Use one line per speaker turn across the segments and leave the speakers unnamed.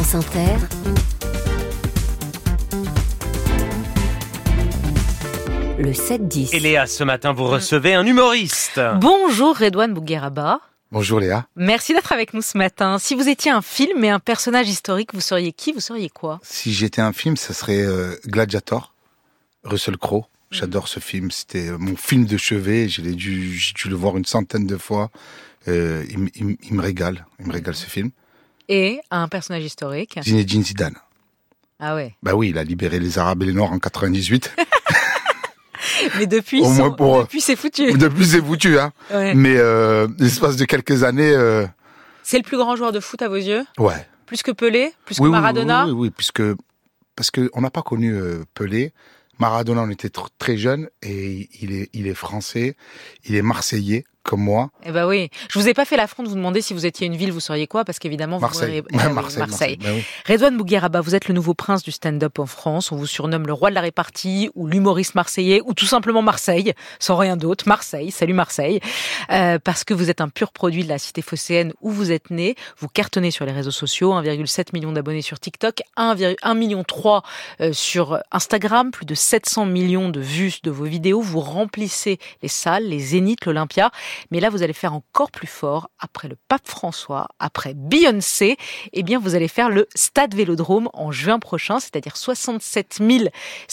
Inter, le 7-10.
Et Léa, ce matin, vous recevez un humoriste.
Ah.
Bonjour Redouane Bougueraba.
Bonjour Léa.
Merci d'être avec nous ce matin. Si vous étiez un film et un personnage historique, vous seriez qui Vous seriez quoi
Si j'étais un film, ça serait euh, Gladiator, Russell Crowe.
Mhm.
J'adore ce film. C'était euh, mon film de chevet. J'ai dû, j'ai dû le voir une centaine de fois. Euh, il, m- il m- il me régale.
Mhm.
Il me régale ce film.
Et un personnage historique
Zinedine Zidane.
Ah ouais.
Bah oui, il a libéré les Arabes et les Noirs en 98.
Mais depuis,
Au moins
son-
pour, euh,
depuis c'est foutu.
Depuis, c'est foutu. Hein.
Ouais.
Mais euh, l'espace de quelques années, euh,
C'est le plus grand joueur de foot à vos yeux
ouais.
Plus que Pelé Plus
Oui,
que
oui,
Maradona
Oui, oui, oui, puisque parce que on n'a pas connu euh, Pelé. Maradona, on était tr- très jeune et il est, il est français, il est marseillais comme moi.
Eh ben oui. Je vous ai pas fait l'affront de vous demander si vous étiez une ville, vous seriez quoi Parce qu'évidemment, vous
Marseille,
mourrez- Ah oui,
Marseille, Marseille. Ben oui.
Redouane Bougueraba, vous êtes le nouveau prince du stand-up en France. On vous surnomme le roi de la répartie ou l'humoriste marseillais ou tout simplement Marseille, sans rien d'autre. Marseille, salut Marseille. Euh, parce que vous êtes un pur produit de la cité phocéenne où vous êtes né. Vous cartonnez sur les réseaux sociaux, 1,7 million d'abonnés sur TikTok, 1,1 million 3 euh, sur Instagram, plus de 700 millions de vues de vos vidéos. Vous remplissez les salles, les zéniths, l'Olympia. Mais là, vous allez faire encore plus fort après le pape François, après Beyoncé eh bien, vous allez faire le Stade Vélodrome en juin prochain, c'est-à-dire 67 000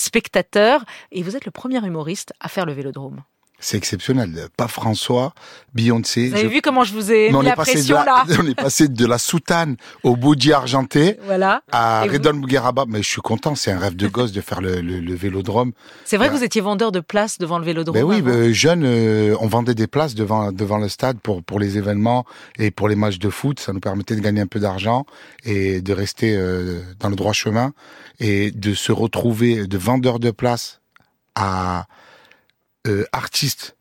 spectateurs. Et vous êtes le premier humoriste à faire le Vélodrome.
C'est exceptionnel. Pas François, Beyoncé.
Vous avez
je-
vu comment je vous ai
Mais
mis la
passé de
pression,
la-
là
on est passé de la soutane au body argenté
Voilà.
à
Et vous-
Redon Bougueraba. Mais je suis content, c'est un rêve de gosse de faire le, le- le vélodrome.
C'est vrai que
Voilà.
vous étiez vendeur de hein. places devant le Vélodrome.
Ben oui,
avant.
ben, jeune, euh, on vendait des places devant devant le stade pour pour les événements et pour les matchs de foot. Ça nous permettait de gagner un peu d'argent et de rester euh, dans le droit chemin et de se retrouver de vendeur de places à euh, artiste.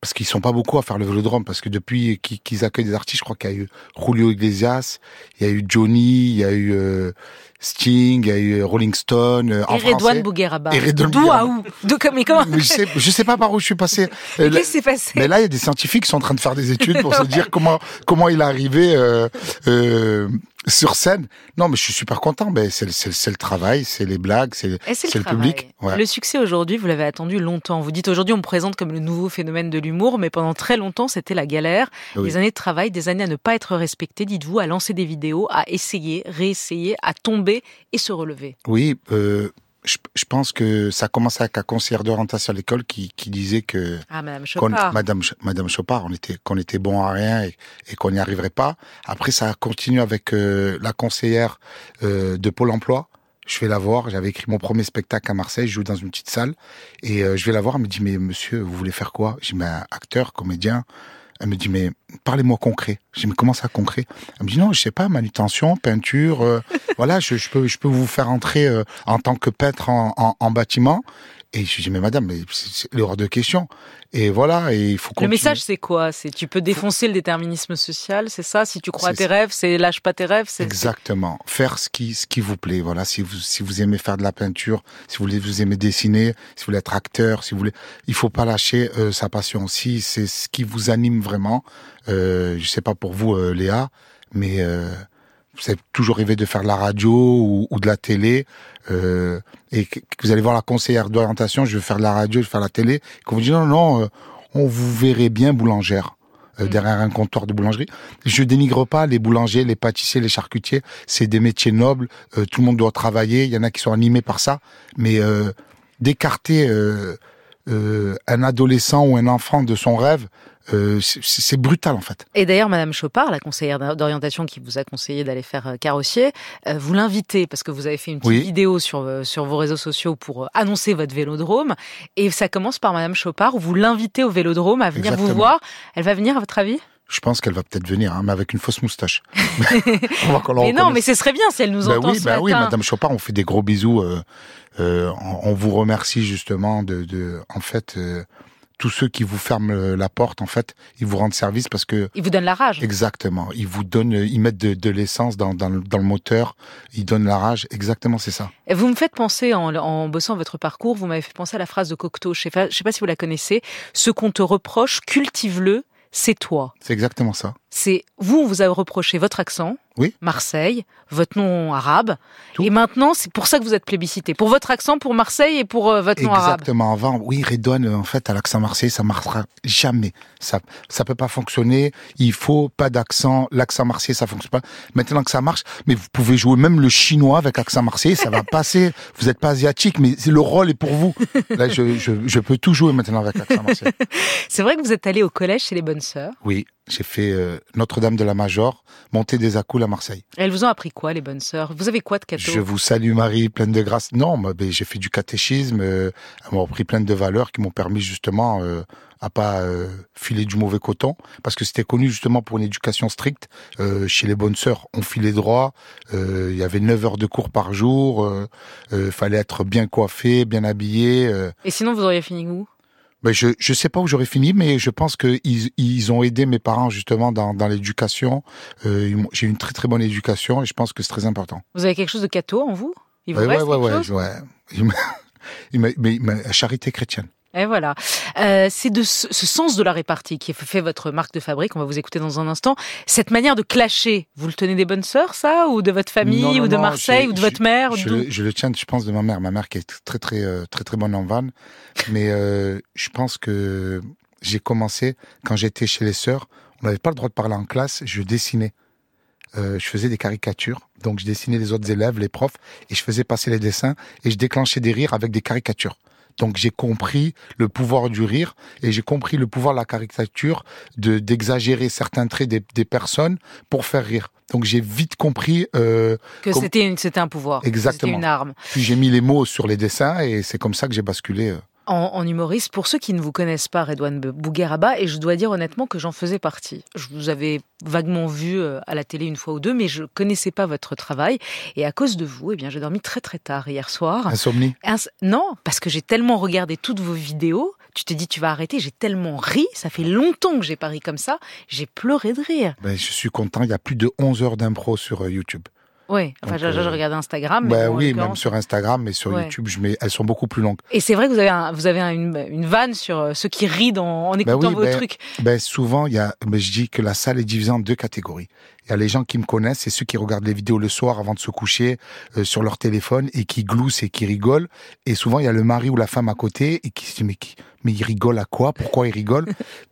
Parce qu'ils sont pas beaucoup à faire le vélodrome, parce que depuis qu'ils qu'ils accueillent des artistes, je crois qu'il y a eu Julio Iglesias, il y a eu Johnny, il y a eu euh, Sting, il y a eu Rolling Stone, euh, en
Et Redouane
français.
Bougueraba.
Et Redouane
D'où à
Bougueraba.
où D'où- Mais comment
Mais je sais, je sais pas par où je suis passé. Euh,
Qu'est-ce qui s'est passé
mais là, il y a des scientifiques qui sont en train de faire des études pour se dire comment comment il est arrivé euh, euh, sur scène. Non, mais je suis super content. Mais c'est le- c'est le c'est le travail, c'est les blagues, c'est
Et c'est
c'est
le,
le
travail.
public, ouais.
Le succès aujourd'hui, vous l'avez attendu longtemps. Vous dites aujourd'hui, on me présente comme le nouveau phénomène de l'humour, mais pendant très longtemps, c'était la galère.
Ah Oui.
Des années de travail, des années à ne pas être respectées, dites-vous, à lancer des vidéos, à essayer, réessayer, à tomber et se relever.
oui. euh, je, je pense que ça a commencé avec un conseillère d'orientation à l'école qui, qui disait que
Ah, Madame
qu'on-
Chopard.
Madame Ch- Madame Chopard, on était qu'on était bon à rien et, et qu'on n'y arriverait pas. Après, ça continue avec euh, la conseillère euh, de Pôle Emploi. Je vais la voir. J'avais écrit mon premier spectacle à Marseille. Je joue dans une petite salle et euh, je vais la voir. Elle me dit mais monsieur, vous voulez faire quoi J'ai dit mais acteur, comédien. Elle me dit mais parlez-moi concret. J'ai dit mais comment ça concret Elle me dit non, je sais pas, manutention, peinture. euh, voilà, je, je peux je peux vous faire entrer euh, en tant que peintre en, en, en bâtiment. Et je lui dis mais madame, mais c'est c'est l'heure de question. Et voilà, et il faut
Le
continuer.
message, c'est quoi C'est tu peux défoncer le déterminisme social, c'est ça Si tu crois à
C'est
tes
ça.
rêves, c'est lâche pas tes rêves. c'est-
Exactement. Faire ce qui, ce qui vous plaît. Voilà. Si vous, si vous aimez faire de la peinture, si vous voulez, vous aimez dessiner, si vous voulez être acteur, si vous voulez, il faut pas lâcher euh, sa passion. Si c'est ce qui vous anime vraiment, euh, je sais pas pour vous, euh, Léa, mais euh, vous avez toujours rêvé de faire de la radio ou, ou de la télé, euh, et que que vous allez voir la conseillère d'orientation, je veux faire de la radio, je veux faire de la télé, qu'on vous dit non, non, euh, on vous verrait bien boulangère. euh,
Mm.
derrière un comptoir de boulangerie. Je dénigre pas les boulangers, les pâtissiers, les charcutiers. C'est des métiers nobles. euh, tout le monde doit travailler. Il y en a qui sont animés par ça. Mais euh, d'écarter euh, euh, un adolescent ou un enfant de son rêve, euh, c'est- c'est brutal en fait.
Et d'ailleurs, Madame Chopard, la conseillère d'or- d'orientation qui vous a conseillé d'aller faire euh, carrossier, euh, vous l'invitez parce que vous avez fait une petite
Oui.
vidéo sur, euh, sur vos réseaux sociaux pour euh, annoncer votre vélodrome. Et ça commence par Madame Chopard, où vous l'invitez au vélodrome à venir vous
Exactement.
voir. Elle va venir, à votre avis
Je pense qu'elle va peut-être venir, hein, mais avec une fausse moustache. On va qu'on la
Mais non,
reconnaisse.
mais ce serait bien si elle nous
Bah
entend
oui,
ce
bah
matin.
oui, Madame Chopard, on fait des gros bisous. euh, euh, on, on vous remercie justement de, de en fait, euh, tous ceux qui vous ferment euh, la porte, en fait, ils vous rendent service parce que
Il vous donne la rage.
exactement, ils vous donnent, euh, ils mettent de, de l'essence dans, dans, le- dans le moteur, ils donnent la rage. Exactement, c'est ça.
Et Vous me faites penser, en, en bossant votre parcours, vous m'avez fait penser à la phrase de Cocteau. Je ne sais, pas- je sais pas si vous la connaissez. Ce qu'on te reproche, cultive-le, c'est toi.
C'est exactement ça.
C'est vous, on vous a reproché votre accent,
Oui.
Marseille, votre nom arabe.
Tout.
Et maintenant, c'est pour ça que vous êtes plébiscité. Pour votre accent, pour Marseille et pour euh, votre nom arabe.
Exactement. Avant, oui, Redouane, euh, en fait, à l'accent marseillais, ça marchera jamais. Ça, ça peut pas fonctionner. Il faut pas d'accent. L'accent marseillais, ça fonctionne pas. Maintenant que ça marche, mais vous pouvez jouer même le chinois avec accent marseillais, ça va passer. Vous êtes pas asiatique, mais c'est- le rôle est pour vous. Là, je, je, je peux tout jouer maintenant avec accent marseillais.
C'est vrai que vous êtes allé au collège chez les bonnes sœurs.
Oui, j'ai fait euh, Notre-Dame de la Major, montée des accoules à Marseille.
Elles vous ont appris quoi, les bonnes sœurs Vous avez quoi de cadeau
Je vous salue Marie, pleine de grâce. Non, moi, ben, j'ai fait du catéchisme, euh, elles m'ont appris plein de valeurs qui m'ont permis justement euh, à pas euh, filer du mauvais coton, parce que c'était connu justement pour une éducation stricte. Euh, chez les bonnes sœurs, on filait droit, euh, il y avait 9 heures de cours par jour, euh, euh, fallait être bien coiffé, bien habillé. euh.
Et sinon, vous auriez fini où
Ben, je je sais pas où j'aurais fini, mais je pense que ils, ils ont aidé mes parents justement dans, dans l'éducation. Euh, ils m'ont- j'ai eu une très très bonne éducation et je pense que c'est très important.
Vous avez quelque chose de cateau en vous Il vous
Ouais,
reste
ouais,
quelque
ouais,
chose
ouais. Il m'a- il m'a- mais il m'a- charité chrétienne.
Et voilà. Euh, c'est de ce, ce sens de la répartie qui fait votre marque de fabrique. On va vous écouter dans un instant. Cette manière de clasher, vous le tenez des bonnes sœurs, ça Ou de votre famille
Non, non,
Ou de
non,
Marseille
je-
Ou de votre mère ou
Je
d'où
le, je le tiens, je pense, de ma mère. Ma mère qui est très, très, euh, très, très bonne en vanne. Mais euh, je pense que j'ai commencé quand j'étais chez les sœurs. On n'avait pas le droit de parler en classe. Je dessinais. Euh, je faisais des caricatures. Donc, je dessinais les autres élèves, les profs, et je faisais passer les dessins et je déclenchais des rires avec des caricatures. Donc, j'ai compris le pouvoir du rire et j'ai compris le pouvoir de la caricature de d'exagérer certains traits des, des personnes pour faire rire. Donc, j'ai vite compris euh,
Que
comme-
c'était une- c'était un pouvoir. que C'était
Exactement.
une arme.
puis j'ai mis les mots sur les dessins et c'est comme ça que j'ai basculé. euh.
en, en humoriste. Pour ceux qui ne vous connaissent pas, Redouane Be- Bougueraba, et je dois dire honnêtement que j'en faisais partie. Je vous avais vaguement vu euh, à la télé une fois ou deux, mais je connaissais pas votre travail. Et à cause de vous, eh bien, j'ai dormi très très tard hier soir.
Insomnie.
Ins- Non, parce que j'ai tellement regardé toutes vos vidéos, tu t'es dit tu vas arrêter, j'ai tellement ri, ça fait longtemps que j'ai pas ri comme ça, j'ai pleuré de rire.
Ben, je suis content, il y a plus de 11 heures d'impro sur euh, YouTube.
Oui, enfin
Donc,
je, je- je
euh,
regardais Instagram. Ah, mais
ben
bon, en
oui,
l'occurrence-
même sur Instagram, mais sur
Ouais.
YouTube, je mets, elles sont beaucoup plus longues.
Et c'est vrai que vous avez, un- vous avez un- une, une vanne sur euh, ceux qui rient dans- en écoutant
oui,
vos
ben,
trucs.
Ben, souvent, il y a, ben, je dis que la salle est divisée en deux catégories. Il y a les gens qui me connaissent, c'est ceux qui regardent les vidéos le soir avant de se coucher euh, sur leur téléphone et qui gloussent et qui rigolent. Et souvent, il y a le mari ou la femme à côté et qui se dit mais, qui- mais il rigole à quoi Pourquoi il rigole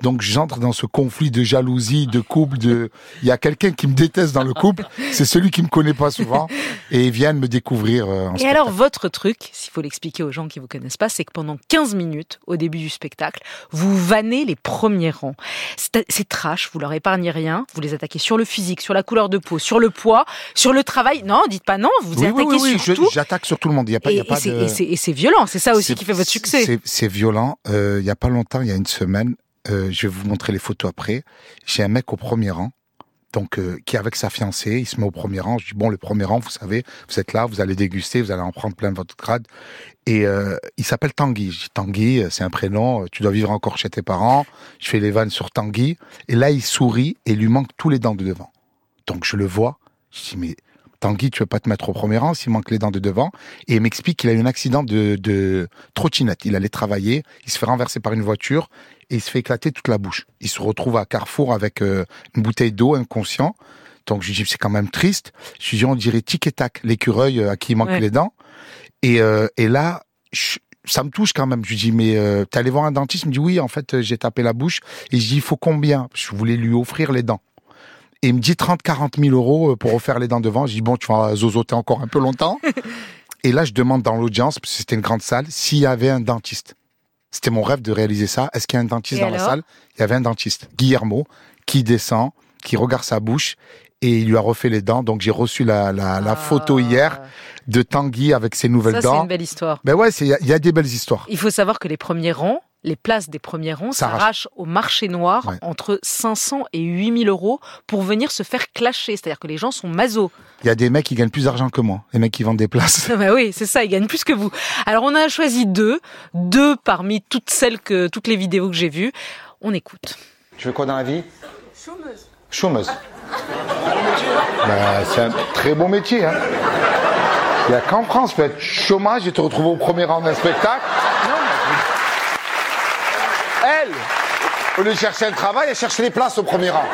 Donc j'entre dans ce conflit de jalousie, de couple. De il y a quelqu'un qui me déteste dans le couple, c'est celui qui me connaît pas souvent et ils viennent me découvrir. euh, en
Et
spectacle.
alors, votre truc, s'il faut l'expliquer aux gens qui vous connaissent pas, c'est que pendant 15 minutes, au début du spectacle, vous vannez les premiers rangs. C'est c'est trash, vous leur épargnez rien, vous les attaquez sur le physique, sur la couleur de peau, sur le poids, sur le travail. Non, dites pas non, vous
oui,
les attaquez
oui, oui, oui,
sur
je-
tout.
j'attaque sur tout le monde. Il y a pas, il
Et,
y a
et
pas
c'est-
de.
et c'est- et c'est violent, c'est ça aussi
C'est-
qui fait votre succès.
c'est- C'est violent. Euh, Il y a pas longtemps, il y a une semaine, euh, je vais vous montrer les photos après. J'ai un mec au premier rang, donc euh, qui est avec sa fiancée, il se met au premier rang. Je dis bon, le premier rang, vous savez, vous êtes là, vous allez déguster, vous allez en prendre plein votre grade. Et euh, il s'appelle Tanguy. Je dis Tanguy, euh, c'est un prénom. euh, Tu dois vivre encore chez tes parents. Je fais les vannes sur Tanguy. Et là, il sourit et il lui manque tous les dents de devant. Donc je le vois. Je dis mais Tanguy, tu veux pas te mettre au premier rang s'il manque les dents de devant Et il m'explique qu'il a eu un accident de, de trottinette. Il allait travailler, il se fait renverser par une voiture et il se fait éclater toute la bouche. Il se retrouve à Carrefour avec euh, une bouteille d'eau inconscient. Donc je lui dis c'est quand même triste. Je lui dis on dirait tic et tac l'écureuil euh, à qui il manque
Ouais.
les dents. Et, euh, et là je- ça me touche quand même. Je lui dis mais euh, t'es allé voir un dentiste Il me dit oui en fait euh, j'ai tapé la bouche et je dis il faut combien Je voulais lui offrir les dents. Et il me dit 30, 40 000 euros euh, pour refaire les dents devant. Je dis, bon, tu vas zozoter encore un peu longtemps. et là, je demande dans l'audience, parce que c'était une grande salle, s'il y avait un dentiste. C'était mon rêve de réaliser ça. Est-ce qu'il y a un dentiste
Et
dans
alors
la salle Il y avait un dentiste, Guillermo, qui descend, qui regarde sa bouche et il lui a refait les dents. Donc, j'ai reçu la, la, la photo
Ah,
hier de Tanguy avec ses nouvelles
Ça, c'est
dents.
une belle histoire.
Ben ouais, c'est- il y, a- il y a des belles histoires.
Il faut savoir que les premiers rangs, les places des premiers rangs
S'arrachent.
s'arrachent au marché noir
Ouais.
entre 500 et 8000 euros pour venir se faire clasher. C'est-à-dire que les gens sont maso.
Il y a des mecs qui gagnent plus d'argent que moi, les mecs qui vendent des places.
Ah bah oui, c'est ça, ils gagnent plus que vous. Alors on a choisi deux, deux parmi toutes celles que toutes les vidéos que j'ai vues. On écoute.
Tu veux quoi dans la vie Chômeuse. Chômeuse.
Bah, c'est un très beau métier. Hein. Il n'y a qu'en France, tu peux être chômage et te retrouver au premier rang d'un spectacle. Elle, au lieu de chercher un travail, elle cherche les places au premier rang.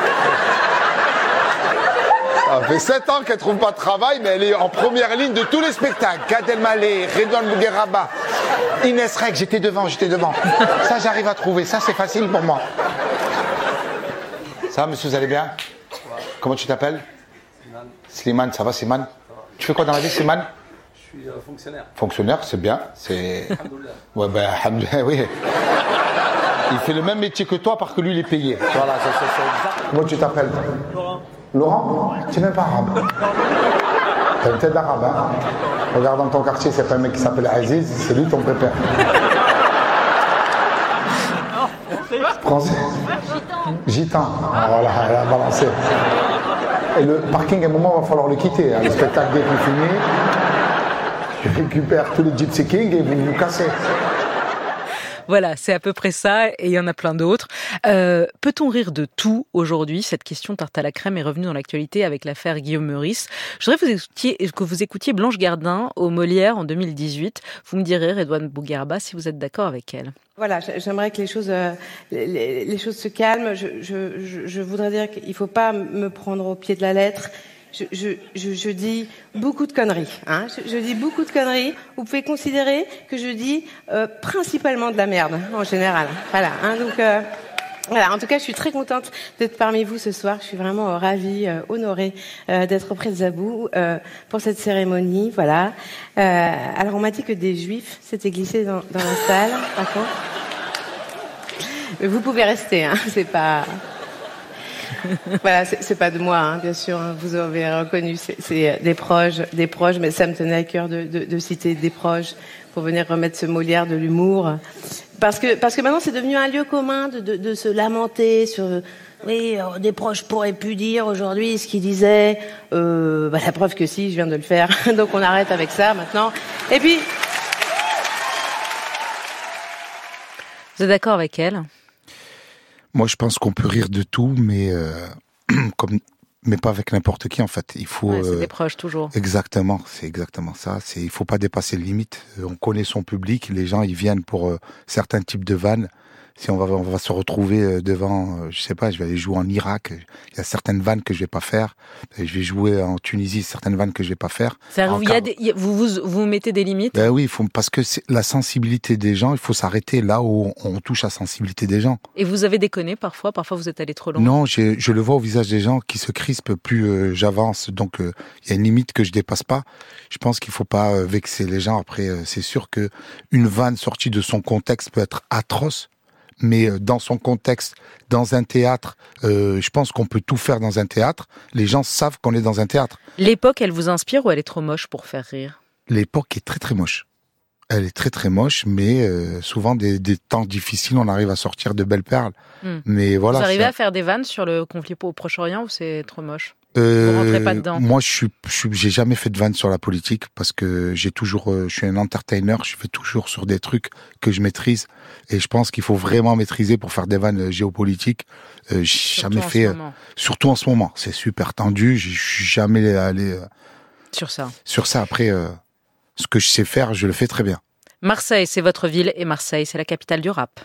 Ça fait 7 ans qu'elle trouve pas de travail, mais elle est en première ligne de tous les spectacles. Gad Elmaleh, Redouane Bougueraba, Inès Reg, j'étais devant, j'étais devant. Ça, j'arrive à trouver. Ça, c'est facile pour moi. Ça va, monsieur, vous allez bien Comment tu t'appelles Slimane. ça va, Slimane Tu fais quoi dans la vie, Slimane
Je suis euh, fonctionnaire.
Fonctionnaire, c'est bien. C'est. Ouais, ben, alhamdoulilah, oui. Il fait le même métier que toi, parce que lui, il est payé. Voilà, ça, ça, ça. Comment tu t'appelles
Laurent,
Laurent Tu n'es pas arabe. T'as une tête d'arabe, hein Regarde dans ton quartier, c'est pas un mec qui s'appelle Aziz, c'est lui ton prépère. Français. Gitan. Ah, voilà, elle a balancé. Et le parking, à un moment, va falloir le quitter. hein. Le spectacle, dès qu'il finit, je récupère tous les Gypsy Kings et vous nous cassez.
Voilà, c'est à peu près ça, et il y en a plein d'autres. Euh, Peut-on rire de tout aujourd'hui Cette question tarte à la crème est revenue dans l'actualité avec l'affaire Guillaume Meurice. Je voudrais vous écoutiez- que vous écoutiez Blanche Gardin au Molière en 2018. Vous me direz, Redouane Bouguerba, si vous êtes d'accord avec elle.
Voilà, j- j'aimerais que les choses, euh, les, les- les choses se calment. Je, je- je- je voudrais dire qu'il ne faut pas me prendre au pied de la lettre. Je, je- je- je dis beaucoup de conneries. hein. Je, je dis beaucoup de conneries. Vous pouvez considérer que je dis euh, principalement de la merde en général. Voilà. hein. donc. euh, voilà, en tout cas, je suis très contente d'être parmi vous ce soir. Je suis vraiment euh, ravie, euh, honorée euh, d'être auprès de Zabou euh, pour cette cérémonie. Voilà. Euh, alors, on m'a dit que des juifs s'étaient glissés dans, dans la salle. Par contre, mais Vous pouvez rester, hein, c'est pas. voilà, c'est c'est pas de moi, hein, bien sûr. hein, vous avez reconnu, c'est- c'est des proches, des proches, mais ça me tenait à cœur de, de- de citer des proches pour venir remettre ce Molière de l'humour, parce que parce que maintenant c'est devenu un lieu commun de, de- de se lamenter sur. Oui, euh, des proches pourraient pu dire aujourd'hui ce qu'ils disaient. Euh, bah, la preuve que si, je viens de le faire. Donc on arrête avec ça maintenant. Et puis,
Vous êtes d'accord avec elle
Moi, je pense qu'on peut rire de tout, mais euh, comme, mais pas avec n'importe qui en fait. Il faut
Ouais, C'est
euh,
des proches, toujours.
exactement, c'est exactement ça. C'est il faut pas dépasser les limites. Euh, On connaît son public, les gens ils viennent pour euh, certains types de vannes. Si on va on va se retrouver euh, devant, euh, je sais pas, je vais aller jouer en Irak. Il y a certaines vannes que je vais pas faire. Et je vais jouer en Tunisie, certaines vannes que je vais pas faire.
C'est-à-dire,
En
il y a
cas-
des- il y a- vous, vous, vous mettez des limites
Ben oui, il faut, parce que c'est la sensibilité des gens, il faut s'arrêter là où on, on touche à la sensibilité des gens.
et vous avez déconné parfois, parfois vous êtes allé trop loin.
Non, j'ai- je le vois au visage des gens qui se crispent plus euh, j'avance. Donc, euh, il y a une limite que je dépasse pas. Je pense qu'il faut pas euh, vexer les gens. Après, euh, c'est sûr que une vanne sortie de son contexte peut être atroce. Mais euh, dans son contexte, dans un théâtre, euh, je pense qu'on peut tout faire dans un théâtre. Les gens savent qu'on est dans un théâtre.
L'époque, elle vous inspire ou elle est trop moche pour faire rire
L'époque est très très moche. Elle est très très moche, mais euh, souvent des, des temps difficiles, on arrive à sortir de belles perles.
Hmm.
Mais voilà.
Vous arrivez
c'est-
à faire des vannes sur le conflit au Proche-Orient ou c'est trop moche
Euh,
rentrez pas dedans.
Moi, je suis, je suis- j'ai jamais fait de vanne sur la politique parce que j'ai toujours, euh, je suis un entertainer, je fais toujours sur des trucs que je maîtrise et je pense qu'il faut vraiment maîtriser pour faire des vannes euh, géopolitiques. Euh, j'ai
Surtout
jamais
en ce
fait, euh,
moment,
surtout en ce moment, c'est super tendu. Je je suis jamais allé euh,
Sur ça.
sur ça. Après, euh, ce que je sais faire, je le fais très bien.
Marseille, c'est votre ville et Marseille, c'est la capitale du rap.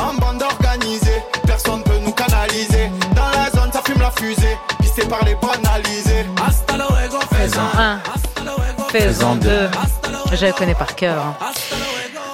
En bande organisée, personne peut nous canaliser. Dans la zone, ça fume la fusée, pissé par les banalisés.
Hasta luego, faisant.
1, faisant 2. Je la connais par cœur. hein.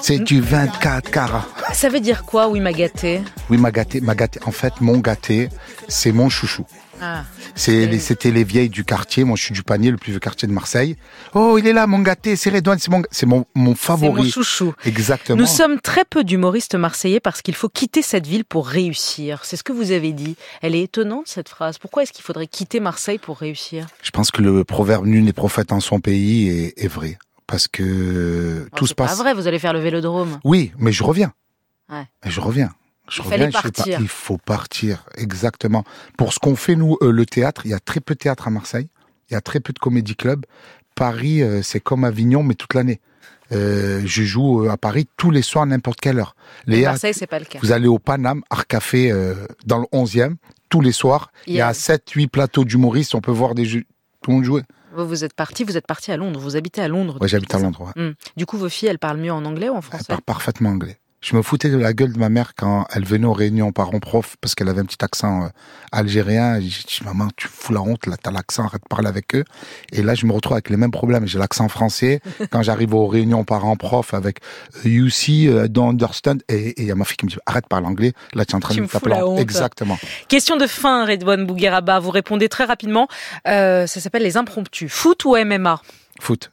C'est du 24 carats.
Ça veut dire quoi, oui, m'a gâté
Oui, ma gâté, ma gâté. En fait, mon gâté, c'est mon chouchou.
Ah,
C'est les- C'était les vieilles du quartier. Moi, je suis du panier, le plus vieux quartier de Marseille. Oh, il est là, mon gâté, c'est Redouane, c'est mon, c'est mon, mon
c'est mon
favori.
chouchou.
Exactement.
Nous sommes très peu d'humoristes marseillais parce qu'il faut quitter cette ville pour réussir. C'est ce que vous avez dit. Elle est étonnante, cette phrase. Pourquoi est-ce qu'il faudrait quitter Marseille pour réussir
Je pense que le proverbe nul n'est prophète en son pays est, est vrai. Parce que euh,
Alors, Oh,
tout se
c'est pas
passe.
vrai, vous allez faire le vélodrome.
Oui, mais je reviens.
Ouais.
Mais je reviens. Je
Il fallait
reviens, je sais
partir.
il faut partir, exactement. Pour ce qu'on fait, nous, euh, le théâtre, il y a très peu de théâtre à Marseille, il y a très peu de comédie club. Paris, euh, c'est comme Avignon, mais toute l'année. Euh, je joue euh, à Paris tous les soirs, n'importe quelle heure. Léa,
Marseille, c'est pas le cas.
vous allez au Paname, Art Café, euh, dans le 11e, tous les soirs. Il y
Hier.
a 7-8 plateaux d'humoristes, on peut voir des jeux, tout le monde jouer.
Vous, vous êtes parti, vous êtes parti à Londres, vous habitez à Londres.
Ouais, j'habite à
depuis
Londres, Ah, ouais.
dix ans. Hmm. Du coup, vos filles, elles parlent mieux en anglais ou en
elle
français
parle parfaitement anglais. Je me foutais de la gueule de ma mère quand elle venait aux réunions parents-prof parce qu'elle avait un petit accent euh, algérien. J'ai dit, maman, tu fous la honte, là, t'as l'accent, arrête de parler avec eux. Et là, je me retrouve avec les mêmes problèmes. J'ai l'accent français. quand j'arrive aux réunions parents-prof avec euh, you see, euh, don't understand, et et il y a ma fille qui me dit, arrête de parler anglais, là, tu es en train
Tu
de
me
me
fous
taper
la
la honte.
honte.
Exactement.
Question de fin, Redouane Bougueraba. Vous répondez très rapidement. Euh, ça s'appelle les impromptus. Foot ou MMA
Foot.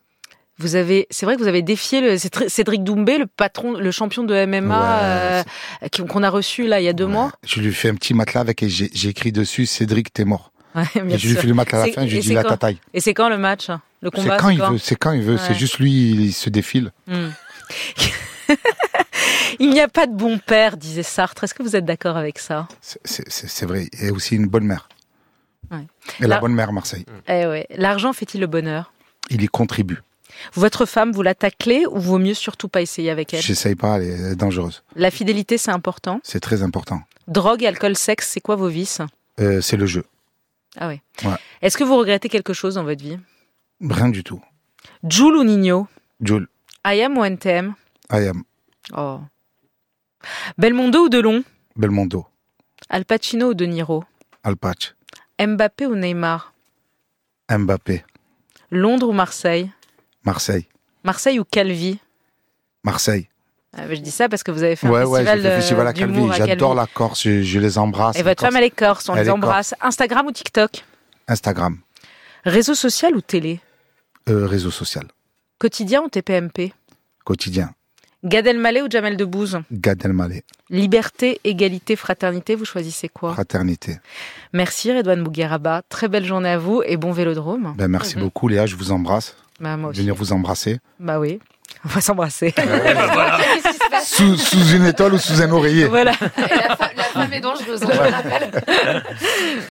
Vous avez, c'est vrai que vous avez défié le, c'est tr- Cédric Doumbé, le patron, le champion de MMA
Ouais,
euh, qui- qu'on a reçu là il y a deux mois.
Je lui fais un petit matelas avec et j'ai j'ai écrit dessus, Cédric, t'es mort.
Ouais, bien
Et je lui
sûr.
fais le matelas à
C'est-
la fin, je
et
lui
c'est
dis, là,
quand
ta taille.
Et c'est quand le match hein Le
C'est
combat
quand il veut, c'est quand il veut.
Ouais.
C'est juste lui, il se défile.
Hmm. Il n'y a pas de bon père, disait Sartre. Est-ce que vous êtes d'accord avec ça
C'est- C'est c'est- c'est vrai. Et aussi une bonne mère.
Ouais.
Et la
La-
bonne mère, Marseille.
Eh ouais. L'argent fait-il le bonheur
Il y contribue.
Votre femme, vous la taclez ou vaut mieux surtout pas essayer avec elle
J'essaye pas, elle est dangereuse.
La fidélité, c'est important.
C'est très important.
Drogue, alcool, sexe, c'est quoi vos vices
Euh, c'est le jeu.
Ah ouais.
Ouais.
Est-ce que vous regrettez quelque chose dans votre vie
Rien du tout.
Joule ou Nino
Jules,
I am ou NTM
I am
Oh. Belmondo ou Delon
Belmondo,
Al Pacino ou De Niro
Alpatch,
Mbappé ou Neymar
Mbappé,
Londres ou Marseille
Marseille,
Marseille ou Calvi
Marseille.
Ah, Je dis ça parce que vous avez fait
Ouais,
un
ouais,
festival,
j'ai fait le festival
euh,
à Calvi.
d'humour à
J'adore
Calvi.
la Corse, je, je les embrasse.
Et
les
votre femme,
Corses.
elle est corse, on
Elle
les
est
embrasse. Instagram ou TikTok
Instagram,
Réseau social ou télé
euh, réseau social,
Quotidien ou TPMP
quotidien,
Gad Elmaleh ou Jamel Debbouze
Gad Elmaleh,
Liberté, égalité, fraternité, vous choisissez quoi
fraternité.
Merci Redouane Bougueraba, très belle journée à vous et bon vélodrome.
Ben, merci beaucoup, Léa, je vous embrasse.
Bah, Mm-hmm. moi aussi.
Venir vous embrasser.
Bah oui, on va s'embrasser.
Qu'est-ce qui se passe
Sous, sous une étoile ou sous un oreiller.
voilà.
Et la, femme, la femme est dangereuse.